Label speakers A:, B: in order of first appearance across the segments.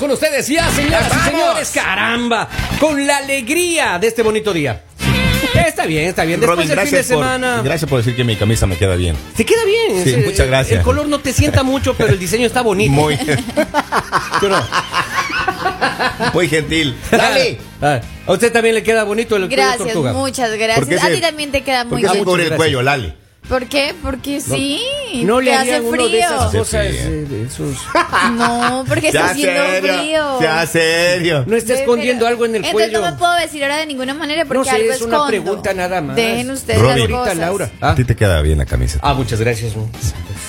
A: con ustedes. Ya, señoras y señores, caramba, con la alegría de este bonito día. Está bien, está bien. Después
B: Robin,
A: del fin de
B: gracias por,
A: semana.
B: gracias por decir que mi camisa me queda bien.
A: Te queda bien.
B: Sí,
A: Ese-
B: muchas gracias.
A: El color no te sienta mucho, pero el diseño está bonito.
B: Muy, muy gentil. Dale.
A: Ah, A usted también le queda bonito el cuello de
C: Gracias,
A: tortuga.
C: muchas
B: ¿Por qué
C: gracias. A
B: se-
C: ti también te queda
B: ¿Por
C: muy
B: qué se
C: bien.
A: Ah, muchas
B: cubre el
A: gracias.
B: cuello, Lali?
C: ¿Por qué? Porque sí.
A: No le
C: te
A: haría
C: hace
A: alguno
C: frío.
A: de esas
B: Hace
A: cosas.
B: frío.
A: eh, de esos-
C: No, porque está haciendo frío.
B: Ya serio.
A: No está
C: Ve,
A: escondiendo
C: pero-
A: algo en el
C: Entonces
A: cuello.
C: no me puedo decir ahora de ninguna manera porque
A: No sé,
C: algo
A: es una
C: escondo.
A: pregunta nada más.
C: Dejen ustedes
B: Robin.
C: las
A: Ahorita,
C: cosas.
A: Laura.
B: A
A: Ah,
B: ti te queda bien la camisa.
A: ah, muchas gracias. ¿no?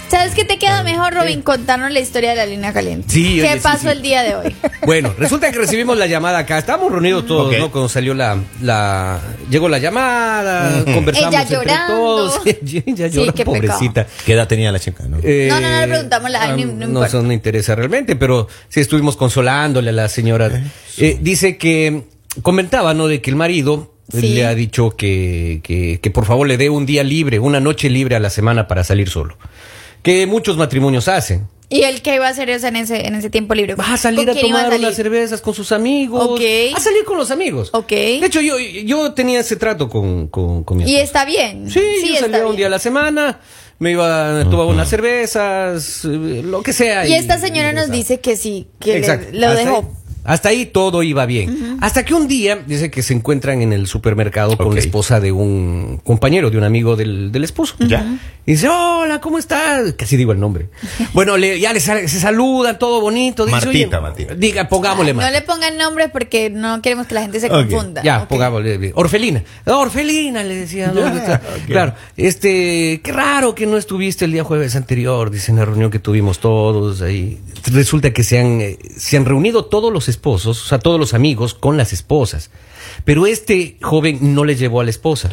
C: ¿Sabes qué te queda mejor, Robin? Contarnos la historia de la línea caliente.
A: Sí, oye,
C: ¿Qué
A: sí,
C: pasó
A: sí.
C: el día de hoy?
A: Bueno, resulta que recibimos la llamada acá. Estábamos reunidos todos,
B: Ok.
A: ¿no? Cuando salió la, la. Llegó la llamada, conversamos
C: Ella
A: entre
C: llorando.
A: todos. Ella
C: Sí,
A: llora,
C: qué
A: pobrecita.
B: ¿Qué edad tenía la chica? no?
A: Eh,
C: No, no, no le preguntamos la-
A: ah,
C: no- no
A: no,
C: importa.
A: eso no interesa realmente, pero sí estuvimos consolándole a la señora. Eh, dice que comentaba, ¿no? De que el marido
C: Sí.
A: le ha dicho que, que, que por favor le dé un día libre, una noche libre a la semana para salir solo. Que muchos matrimonios hacen.
C: ¿Y él qué iba a hacer o sea, en, ese, en ese tiempo libre?
A: Vas a
C: ¿Con
A: salir a
C: quién iba
A: tomar
C: salir?
A: unas cervezas con sus amigos.
C: Ok.
A: A salir con los amigos.
C: Ok.
A: De hecho, yo, yo tenía ese trato con, con, con mi
C: Y
A: esposa.
C: está bien.
A: Sí, yo
C: está
A: salía un
C: bien.
A: día a la semana, me iba, tomaba unas cervezas, eh, lo que sea.
C: Y esta señora nos dice que sí, que le,
A: Exacto.
C: lo
A: Hasta
C: dejó.
A: ahí- hasta ahí todo iba bien. Hasta que un día dice que se encuentran en el supermercado con la
B: Ok.
A: esposa de un compañero, de un amigo del, del esposo.
B: Ya.
A: Y dice, hola, ¿cómo estás? Casi digo el nombre. Bueno, le- ya le sal- se saludan, todo bonito. Dice,
B: Martita,
A: "Oye,
B: Martita".
A: Diga, pongámosle
C: Ah, No
A: Martita.
C: le pongan nombres porque no queremos que la gente se
B: Ok,
C: confunda.
A: Ya,
C: Ok.
A: pongámosle. Orfelina. No, Orfelina, le decía. ¿no?
B: Ya,
A: O sea,
B: ok.
A: Claro. Este, qué raro que no estuviste el día jueves anterior, dice en la reunión que tuvimos todos ahí. Resulta que se han, eh, se han reunido todos los esposos, o sea, todos los amigos con las esposas. Pero este joven no le llevó a la esposa.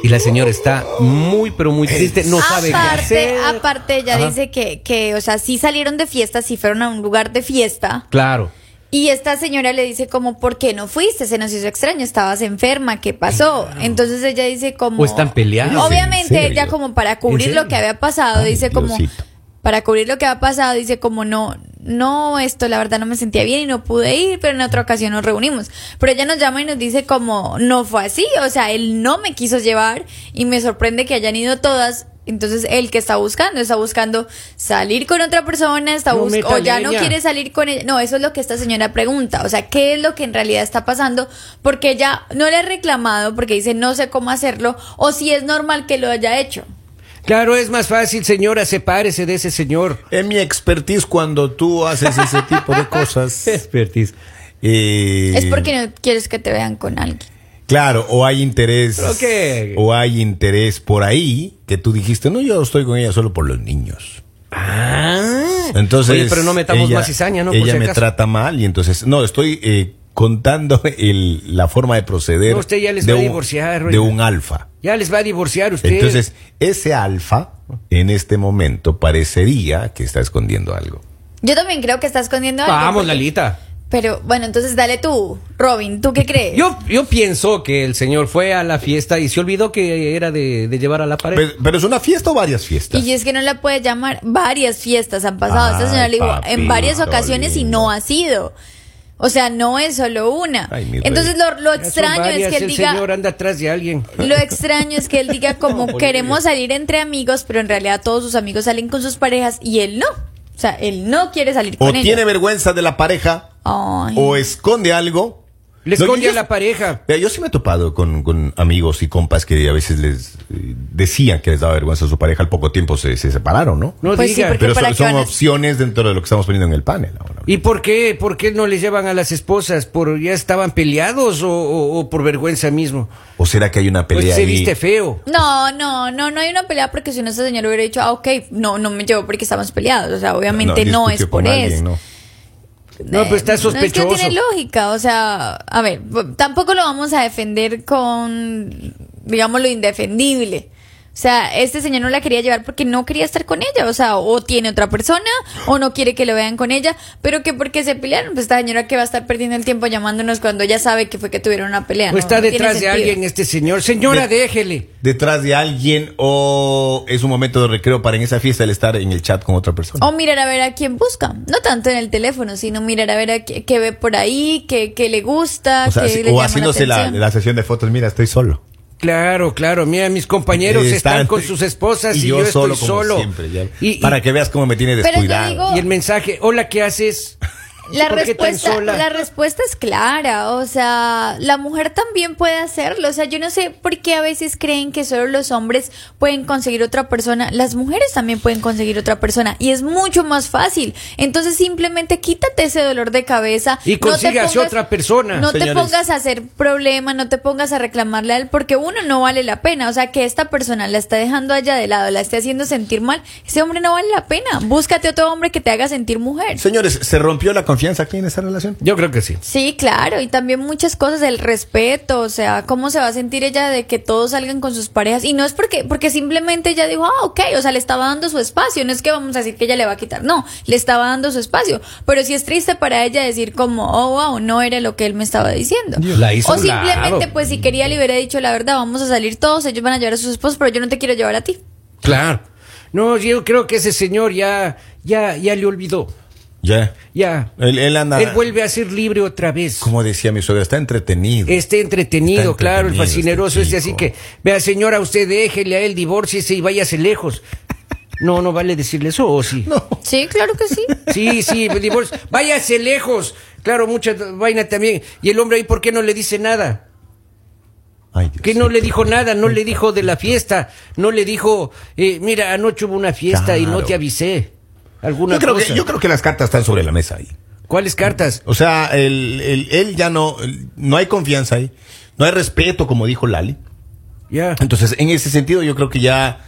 A: Y la señora está muy, pero muy triste, no sabe qué
C: aparte,
A: hacer.
C: aparte, ella
A: Ajá.
C: dice que, que, o sea, sí salieron de fiesta, sí fueron a un lugar de fiesta.
A: Claro.
C: Y esta señora le dice como, ¿por qué no fuiste? Se nos hizo extraño, estabas enferma, ¿qué pasó? Entonces ella dice como...
A: O están peleadas.
C: Obviamente
B: ¿En serio?
C: ella como para cubrir
A: ¿En serio?
C: lo que había pasado,
B: Ay,
C: dice como...
B: Diosito.
C: Para cubrir lo que había pasado, dice como no, no, esto la verdad no me sentía bien y no pude ir, pero en otra ocasión nos reunimos. Pero ella nos llama y nos dice como no fue así, o sea, él no me quiso llevar y me sorprende que hayan ido todas. Entonces, él que está buscando, está buscando salir con otra persona, está
A: No
C: bus-
A: meta
C: o ya no
A: leña.
C: quiere salir con ella. No, eso es lo que esta señora pregunta. O sea, ¿qué es lo que en realidad está pasando? Porque ella no le ha reclamado porque dice no sé cómo hacerlo o si es normal que lo haya hecho.
A: Claro, es más fácil, señora, sepárese de ese señor.
B: Es mi expertise cuando tú haces ese tipo de cosas.
A: Expertise.
B: Eh,
C: Es porque no quieres que te vean con alguien.
B: Claro, o hay interés.
A: ¿Pero qué?
B: O hay interés por ahí que tú dijiste, no, yo estoy con ella solo por los niños.
A: Ah.
B: Entonces.
A: Oye, pero no metamos
B: ella-
A: más cizaña, ¿no? Por
B: Ella
A: si
B: me
A: acaso.
B: trata mal y entonces. No, estoy eh, contando el- la forma de proceder.
A: No, usted ya les
B: de
A: va a
B: un-
A: divorciar, oiga.
B: De un alfa.
A: Ya les va a divorciar usted.
B: Entonces, ese alfa en este momento parecería que está escondiendo algo.
C: Yo también creo que está escondiendo algo.
A: Vamos,
C: porque-
A: Lalita.
C: Pero bueno, entonces dale tú, Robin, ¿tú qué crees?
A: Yo, yo pienso que el señor fue a la fiesta y se olvidó que era de, de llevar a la pared.
B: Pero, pero es una fiesta o varias fiestas.
C: Y es que no la puede llamar. Varias fiestas han pasado. Esta
B: Ay,
C: señora le dijo en
B: papito
C: varias ocasiones y
B: lindo.
C: no ha sido. O sea, no es solo una.
B: Ay, mi rey.
C: Entonces lo, lo
A: Ya son
C: extraño es
A: varias,
C: que él
A: el
C: diga.
A: señor anda atrás de alguien.
C: Lo extraño es que él diga como queremos salir entre amigos, pero en realidad todos sus amigos salen con sus parejas y él no. O sea, él no quiere salir
B: o
C: con ellos.
B: tiene vergüenza de la pareja,
C: Ay. pues
B: o esconde algo.
A: Le
B: Lo que
A: esconde
B: yo-
A: a la pareja.
B: Mira, yo sí me he topado con, con amigos y compas que a veces les eh, decían que les daba vergüenza a su pareja, al poco tiempo se, se separaron, ¿no?
A: No
C: Pues sí,
A: diga.
C: porque-
B: Pero
C: para
B: son,
C: qué
B: son
C: van a-
B: opciones dentro de lo que estamos poniendo en el panel ahora.
A: ¿Y por qué? ¿Por qué no le llevan a las esposas? ¿Por ya estaban peleados o, o- o por vergüenza mismo?
B: ¿O será que hay una
A: Pues
B: pelea
A: se
B: ahí?
A: viste feo.
C: No, no, no, no hay una pelea porque si no esta señora hubiera dicho, ah, ok, no, no me llevo porque estamos peleados. O sea, obviamente no, es
B: discutió
C: por
B: con
C: eso.
B: alguien, ¿no?
A: No, pero está
C: Eh, No
A: sospechoso.
C: es que tiene lógica, o sea, a ver, p- tampoco lo vamos a defender con, digamos, lo indefendible. O sea, este señor no la quería llevar porque no quería estar con ella, o sea, o tiene otra persona, o no quiere que lo vean con ella, pero que porque se pelearon, pues esta señora que va a estar perdiendo el tiempo llamándonos cuando ella sabe que fue que tuvieron una
A: O
C: pelea. no,
A: Pues, está
C: no tiene
A: detrás de
C: sentido.
A: alguien este señor. Señora,
B: De-
A: déjele.
B: Detrás de alguien o es un momento de recreo para en esa fiesta el estar en el chat con otra persona.
C: O mirar a ver a quién busca, no tanto en el teléfono, sino mirar a ver a qué, qué ve por ahí, qué, qué le gusta,
B: o sea,
C: qué
B: sí,
C: le
B: o
C: llama
B: haciéndose
C: la
B: la,
C: atención.
B: la sesión de fotos, mira, estoy solo.
A: Claro, claro. Mira, mis compañeros
B: Eh,
A: están
B: estar-
A: con sus esposas y, yo, estoy
B: como
A: solo.
B: siempre, ya.
A: Y, y-
B: para que veas cómo me tiene
C: Pero yo
B: descuidado.
C: digo-
A: y el mensaje, hola, ¿qué haces?
C: La
A: ¿Por qué tan
C: respuesta,
A: sola?
C: la respuesta es clara, o sea, la mujer también puede hacerlo, o sea, yo no sé por qué a veces creen que solo los hombres pueden conseguir otra persona, las mujeres también pueden conseguir otra persona y es mucho más fácil, entonces simplemente quítate ese dolor de cabeza
A: Y
C: no te
A: consígase otra persona,
C: no te
B: señores.
C: pongas a hacer problema, no te pongas a reclamarle a él porque uno no vale la pena, o sea, que esta persona la está dejando allá de lado, la esté haciendo sentir mal, ese hombre no vale la pena, búscate otro hombre que te haga sentir mujer.
B: Señores, ¿se rompió la confianza aquí en esa relación?
A: Yo creo que sí.
C: Sí, claro, y también muchas cosas, el respeto, o sea, cómo se va a sentir ella de que todos salgan con sus parejas. Y no es porque, porque simplemente ella dijo, ah, ok, o sea, le estaba dando su espacio, no es que vamos a decir que ella le va a quitar, no, le estaba dando su espacio. Pero sí es triste para ella decir como, oh, wow, no era lo que él me estaba diciendo.
A: La hizo
C: o
A: un lado.
C: simplemente, pues si quería, le hubiera dicho la verdad, vamos a salir todos, ellos van a llevar a sus esposos, pero yo no te quiero llevar a ti.
A: Claro. No, yo creo que ese señor ya, ya, ya le olvidó.
B: Ya.
A: Ya.
B: Él, él anda.
A: Él vuelve a ser libre otra vez.
B: Como decía mi suegra, está entretenido.
A: Esté entretenido,
B: Está
A: claro, el
B: entretenido
A: fascineroso este,
B: este
A: así
B: chico.
A: que, vea señora, usted déjele a él, divórciese y váyase lejos. No, no vale decirle eso, ¿o sí?
B: No.
C: Sí, claro que sí.
A: Sí, sí, el divorcio. Váyase lejos. Claro, mucha vaina también. Y el hombre ahí, ¿por qué no le dice nada?
B: Ay, Dios
A: Que no
B: mío.
A: le dijo nada, no le dijo de la fiesta, no le dijo, eh, mira, anoche hubo una fiesta y no
B: Claro.
A: te avisé. Alguna
B: Yo creo,
A: cosa.
B: que, yo creo que las cartas están sobre la mesa ahí.
A: ¿Cuáles cartas?
B: O sea, el- el- él ya no. No hay confianza ahí. No hay respeto, como dijo Lali.
A: Ya.
B: Entonces, en ese sentido, yo creo que ya.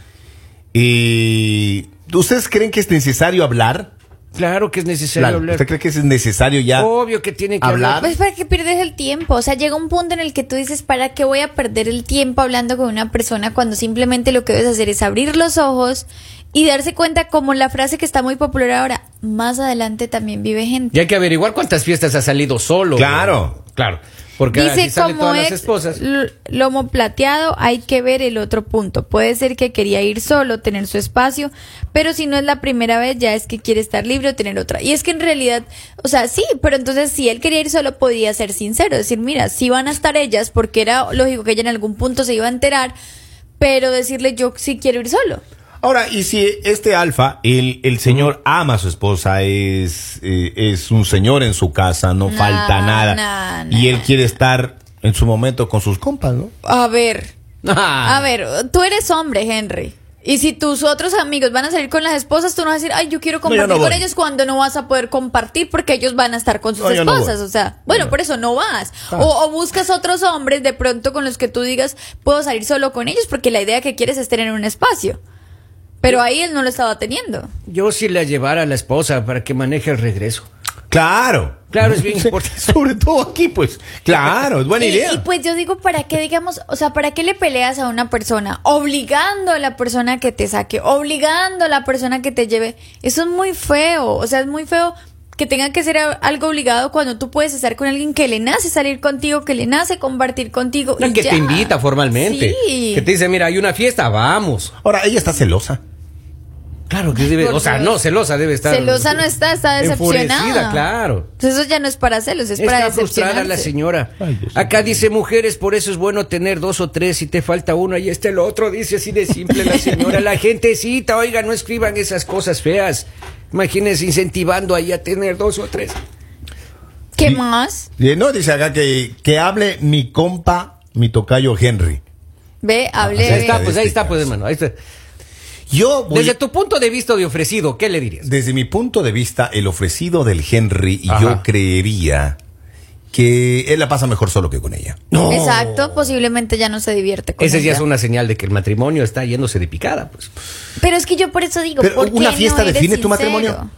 B: eh, ¿Ustedes creen que es necesario hablar?
A: Claro que es necesario
B: Lali,
A: hablar.
B: ¿Usted cree que es necesario ya?
A: Obvio que tiene que
B: Hablar.
A: hablar.
C: Pues para que pierdes el tiempo, o sea, llega un punto en el que tú dices, ¿para qué voy a perder el tiempo hablando con una persona cuando simplemente lo que debes hacer es abrir los ojos y darse cuenta como la frase que está muy popular ahora, más adelante también vive gente.
A: Y hay que averiguar cuántas fiestas ha salido solo.
B: Claro.
A: ¿no? Claro. Porque así
C: Dice
A: salen
C: como
A: todas las
C: ex
A: esposas.
C: l- lomo plateado, hay que ver el otro punto. Puede ser que quería ir solo, tener su espacio, pero si no es la primera vez, ya es que quiere estar libre o tener otra. Y es que en realidad, o sea, sí, pero entonces si él quería ir solo, podría ser sincero, decir, mira, si van a estar ellas, porque era lógico que ella en algún punto se iba a enterar, pero decirle yo sí quiero ir solo.
B: Ahora, y si este alfa, el, el señor ama a su esposa, es, eh, es un señor en su casa, no
C: No,
B: falta nada.
C: no, no,
B: y él
C: no.
B: quiere estar en su momento con sus compas, ¿no?
C: A ver,
A: Ah,
C: A ver, tú eres hombre, Henry. Y si tus otros amigos van a salir con las esposas, tú no vas a decir, ay, yo quiero
B: No, yo
C: compartir
B: no
C: con
B: voy.
C: ellos cuando no vas a poder compartir porque ellos van a estar con sus
B: No, yo no
C: esposas.
B: voy.
C: o sea, bueno, por eso no vas.
B: Ah.
C: O, o buscas otros hombres de pronto con los que tú digas, puedo salir solo con ellos porque la idea que quieres es tener un espacio. Pero ahí él no lo estaba teniendo.
A: Yo sí la llevara a la esposa para que maneje el regreso.
B: Claro.
A: Claro, es bien importante.
B: Sobre todo aquí, pues. Claro, es buena
C: y,
B: idea.
C: y pues yo digo, ¿para qué, digamos, o sea, para qué le peleas a una persona? Obligando a la persona que te saque, obligando a la persona que te lleve. Eso es muy feo, o sea, es muy feo que tenga que ser a- algo obligado cuando tú puedes estar con alguien que le nace salir contigo, que le nace compartir contigo.
A: La
C: y
A: que
C: Pues ya.
A: te invita formalmente.
C: Sí.
A: Que te dice, mira, hay una fiesta, vamos.
B: Ahora, ella está celosa.
A: Claro que debe,
C: Por
A: o sea,
C: Dios.
A: no, celosa debe estar.
C: Celosa no está, está
A: Enfurecida,
C: decepcionada.
A: claro.
C: Entonces eso ya no es para celos, es para
A: Está frustrada
C: decepcionarse.
A: la señora.
B: Ay, Dios
A: Acá dice mujeres, por eso es bueno tener dos o tres, si te falta uno, ahí está el otro, dice así de simple la señora. La gentecita, oiga, no escriban esas cosas feas. Imagínense incentivando ahí a tener dos o tres.
C: ¿Qué
B: Y-
C: más?
B: Y no, dice acá que, que hable mi compa, mi tocayo Henry.
C: Ve,
A: Ahí
C: hablé.
B: Leve.
A: está, pues ahí está, pues hermano. ahí está.
B: Yo voy-
A: Desde tu punto de vista de ofrecido, ¿qué le dirías?
B: Desde mi punto de vista, el ofrecido del Henry, y
A: Ajá.
B: yo creería que él la pasa mejor solo que con ella.
C: Exacto, posiblemente ya no se divierte con
A: Esa ya
C: ella.
A: es una señal de que el matrimonio está yéndose de picada, pues.
C: Pero es que yo por eso digo,
B: Pero,
C: ¿por qué
B: ¿una
C: no
B: fiesta
C: eres
B: define tu
C: sincero?
B: matrimonio?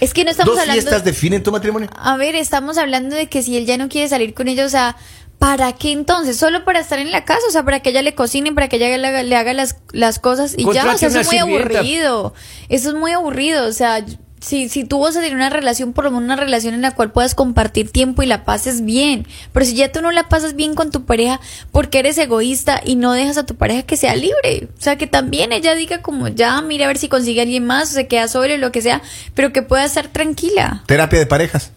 C: Es que no estamos
B: ¿Dos
C: hablando
B: fiestas definen tu matrimonio?
C: A ver, estamos hablando de que si él ya no quiere salir con ella, o sea, ¿Para qué entonces? Solo para estar en la casa, o sea, para que ella le cocine, para que ella le haga, le haga las, las cosas y ya, o
A: Contrate
C: sea, eso es muy
A: una sirvienta.
C: aburrido. Eso es muy aburrido, o sea, si, si tú vas a tener una relación, por lo menos una relación en la cual puedas compartir tiempo y la pases bien. Pero si ya tú no la pasas bien con tu pareja porque eres egoísta y no dejas a tu pareja que sea libre, o sea, que también ella diga como ya, mira a ver si consigue a alguien más, o se queda sobre, lo que sea, pero que pueda estar tranquila
B: Terapia de parejas.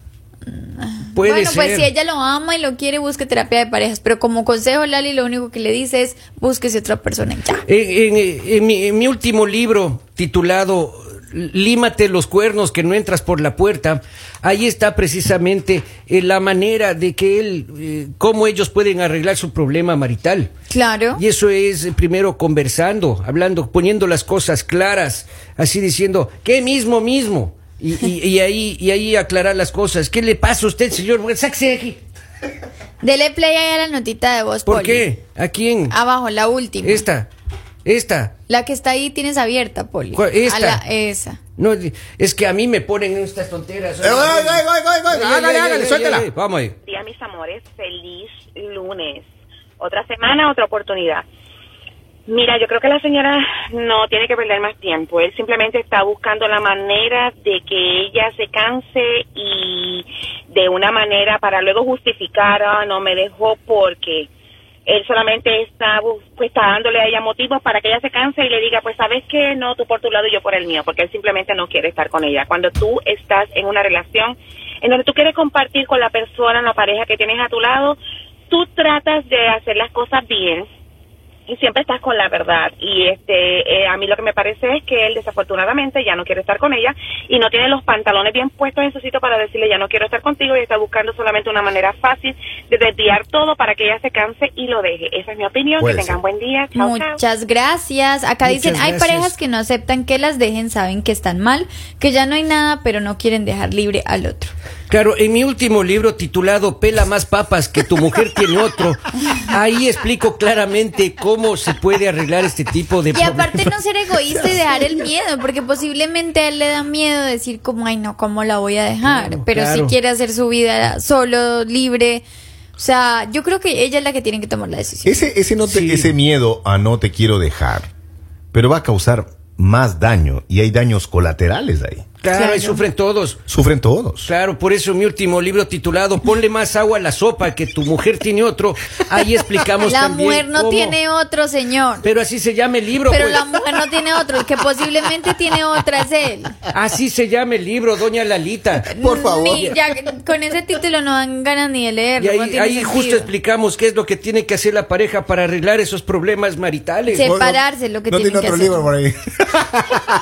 A: Puede
C: bueno,
A: ser.
C: pues si ella lo ama y lo quiere, busque terapia de parejas. Pero como consejo, Lali, lo único que le dice es búsquese otra persona y ya.
A: En, en- en mi, en mi último libro titulado Límate los cuernos que no entras por la puerta, ahí está precisamente eh, la manera de que él, eh, cómo ellos pueden arreglar su problema marital.
C: Claro.
A: Y eso es eh, primero conversando, hablando, poniendo las cosas claras, así diciendo, ¿qué mismo mismo? Y, y- y ahí, y ahí aclarar las cosas. ¿Qué le pasa a usted, señor? Sáquese de aquí.
C: Dele play ahí a la notita de voz.
A: ¿Por
C: Poli.
A: qué? ¿A quién?
C: Abajo, la última.
A: Esta, esta.
C: La que está ahí tienes abierta, Poli.
A: ¿Cuál? Esta.
C: A la- esa.
A: No, es que a mí me ponen estas tonteras.
B: ¡Ay, ay, ay, ay, ay, ay!
A: Ay, ay,
B: Hágale,
A: ay,
B: hágale,
A: ay,
B: suéltela.
A: ay, ay. Vamos ahí.
D: día, mis amores. Feliz lunes. Otra semana, otra oportunidad. Mira, yo creo que la señora no tiene que perder más tiempo. Él simplemente está buscando la manera de que ella se canse y de una manera para luego justificar, "Ah, no me dejó porque él solamente está, bu- pues, está dándole a ella motivos para que ella se canse y le diga, pues sabes que no, tú por tu lado y yo por el mío, porque él simplemente no quiere estar con ella. Cuando tú estás en una relación en donde tú quieres compartir con la persona, la pareja que tienes a tu lado, tú tratas de hacer las cosas bien y siempre estás con la verdad y este eh, a mí lo que me parece es que él desafortunadamente ya no quiere estar con ella y no tiene los pantalones bien puestos en su sitio para decirle ya no quiero estar contigo y está buscando solamente una manera fácil de desviar todo para que ella se canse y lo deje esa es mi opinión
B: Puede
D: que
B: ser.
D: tengan buen día chao chao
C: Muchas gracias. Acá
A: Muchas
C: dicen, hay
A: gracias.
C: parejas que no aceptan que las dejen, saben que están mal, que ya no hay nada, pero no quieren dejar libre al otro.
A: Claro, en mi último libro titulado Pela más papas que tu mujer tiene otro, ahí explico claramente cómo se puede arreglar este tipo de
C: Y aparte
A: problemas.
C: no ser egoísta y dejar el miedo, porque posiblemente a él le da miedo decir como, ay no, ¿cómo la voy a dejar?
A: Claro,
C: Pero
A: claro.
C: si quiere hacer su vida solo, libre. O sea, yo creo que ella es la que tiene que tomar la decisión.
B: Ese, ese, no te-
A: Sí.
B: ese miedo a no te quiero dejar, pero va a causar más daño y hay daños colaterales ahí.
A: Claro,
C: Claro.
A: y sufren todos.
B: Sufren todos.
A: Claro, por eso mi último libro titulado Ponle más agua a la sopa que tu mujer tiene otro, ahí explicamos
C: La
A: también
C: mujer no
A: cómo-
C: tiene otro, señor.
A: Pero así se llama el libro.
C: Pero
A: pues.
C: la mujer no tiene otro, el que posiblemente tiene otra es él.
A: Así se llama el libro, doña Lalita.
B: Por favor.
C: Ni- ya con ese título no dan ganas ni de
A: Y
C: leerlo. no
A: ahí,
C: tiene
A: ahí
C: sentido.
A: justo explicamos qué es lo que tiene que hacer la pareja para arreglar esos problemas maritales.
C: Sí. Separarse, lo que
B: no
C: tienen
B: tiene
C: que
B: otro
C: hacer.
B: libro por ahí.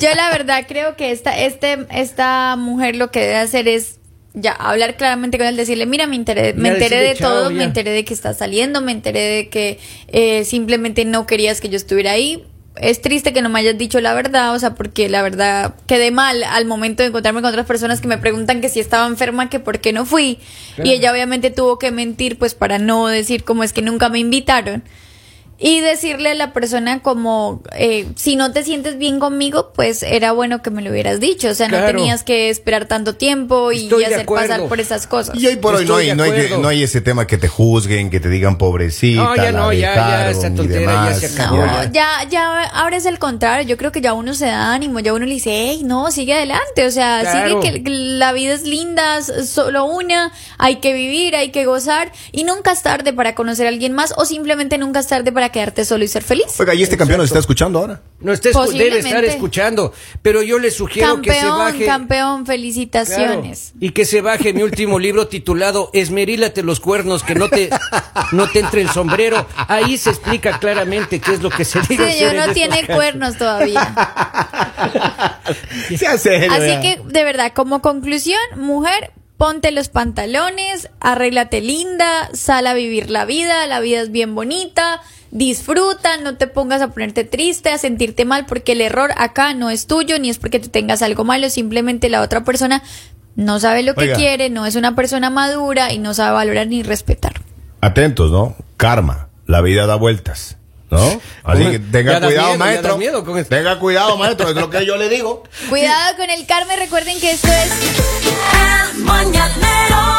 C: Yo la verdad creo que esta, este, esta mujer lo que debe hacer es ya hablar claramente con él, decirle, mira, me enteré, me
A: Ya
C: enteré
A: decirle
C: de
A: chao,
C: todo,
A: ya.
C: me enteré de que estás saliendo, me enteré de que eh, simplemente no querías que yo estuviera ahí. Es triste que no me hayas dicho la verdad, o sea, porque la verdad quedé mal al momento de encontrarme con otras personas que me preguntan que si estaba enferma, que por qué no fui.
A: Claro.
C: Y ella obviamente tuvo que mentir, pues para no decir como es que nunca me invitaron. Y decirle a la persona como, eh, si no te sientes bien conmigo, pues era bueno que me lo hubieras dicho. O sea,
A: Claro.
C: no tenías que esperar tanto tiempo y,
A: Estoy de
C: hacer
A: acuerdo.
C: pasar por esas cosas.
B: Y hoy por hoy no
A: Estoy
B: hay,
A: de
B: no, hay, que-
A: acuerdo.
B: no hay ese tema que te juzguen, que te digan pobrecita.
A: No, ya
B: la
A: no, ya, ya,
B: dejaron
A: esa
B: y
A: tontera ya
B: demás.
A: se acabó,
C: No, ya, ya ahora es el contrario. Yo creo que ya uno se da ánimo, ya uno le dice, hey, no, sigue adelante. O sea,
A: Claro.
C: sigue que que la vida es linda, es solo una, hay que vivir, hay que gozar. Y nunca es tarde para conocer a alguien más o simplemente nunca es tarde para quedarte solo y ser feliz.
B: Oiga, y este campeón nos está escuchando ahora.
A: No estés, debe
C: Posiblemente.
A: estar escuchando, pero yo le sugiero que se
C: campeón,
A: baje.
C: campeón,
A: Claro,
C: felicitaciones.
A: y que se baje mi último libro titulado Esmerílate los cuernos, que no te, no te entre el sombrero. Ahí se explica claramente qué es lo que se debe
C: Sí,
A: hacer
C: yo
A: en
C: no
A: estos
C: tiene
A: casos.
C: cuernos todavía.
B: Se hace él,
C: Así
B: vea.
C: que, de verdad, como conclusión, mujer, ponte los pantalones, arréglate linda, sal a vivir la vida, la vida es bien bonita, disfruta, no te pongas a ponerte triste, a sentirte mal, porque el error acá no es tuyo, ni es porque tú tengas algo malo, simplemente la otra persona no sabe lo que
B: Oiga.
C: quiere, no es una persona madura y no sabe valorar ni respetar.
B: Atentos, ¿no? Karma. La vida da vueltas. ¿No? Así
A: Uy,
B: que
A: ya
B: tenga
A: da
B: cuidado,
A: miedo, ya da
B: maestro.
A: miedo con esto.
B: Tenga cuidado, maestro. Es lo que yo le digo.
C: Cuidado con el karma y recuerden que esto es...
E: El mañanero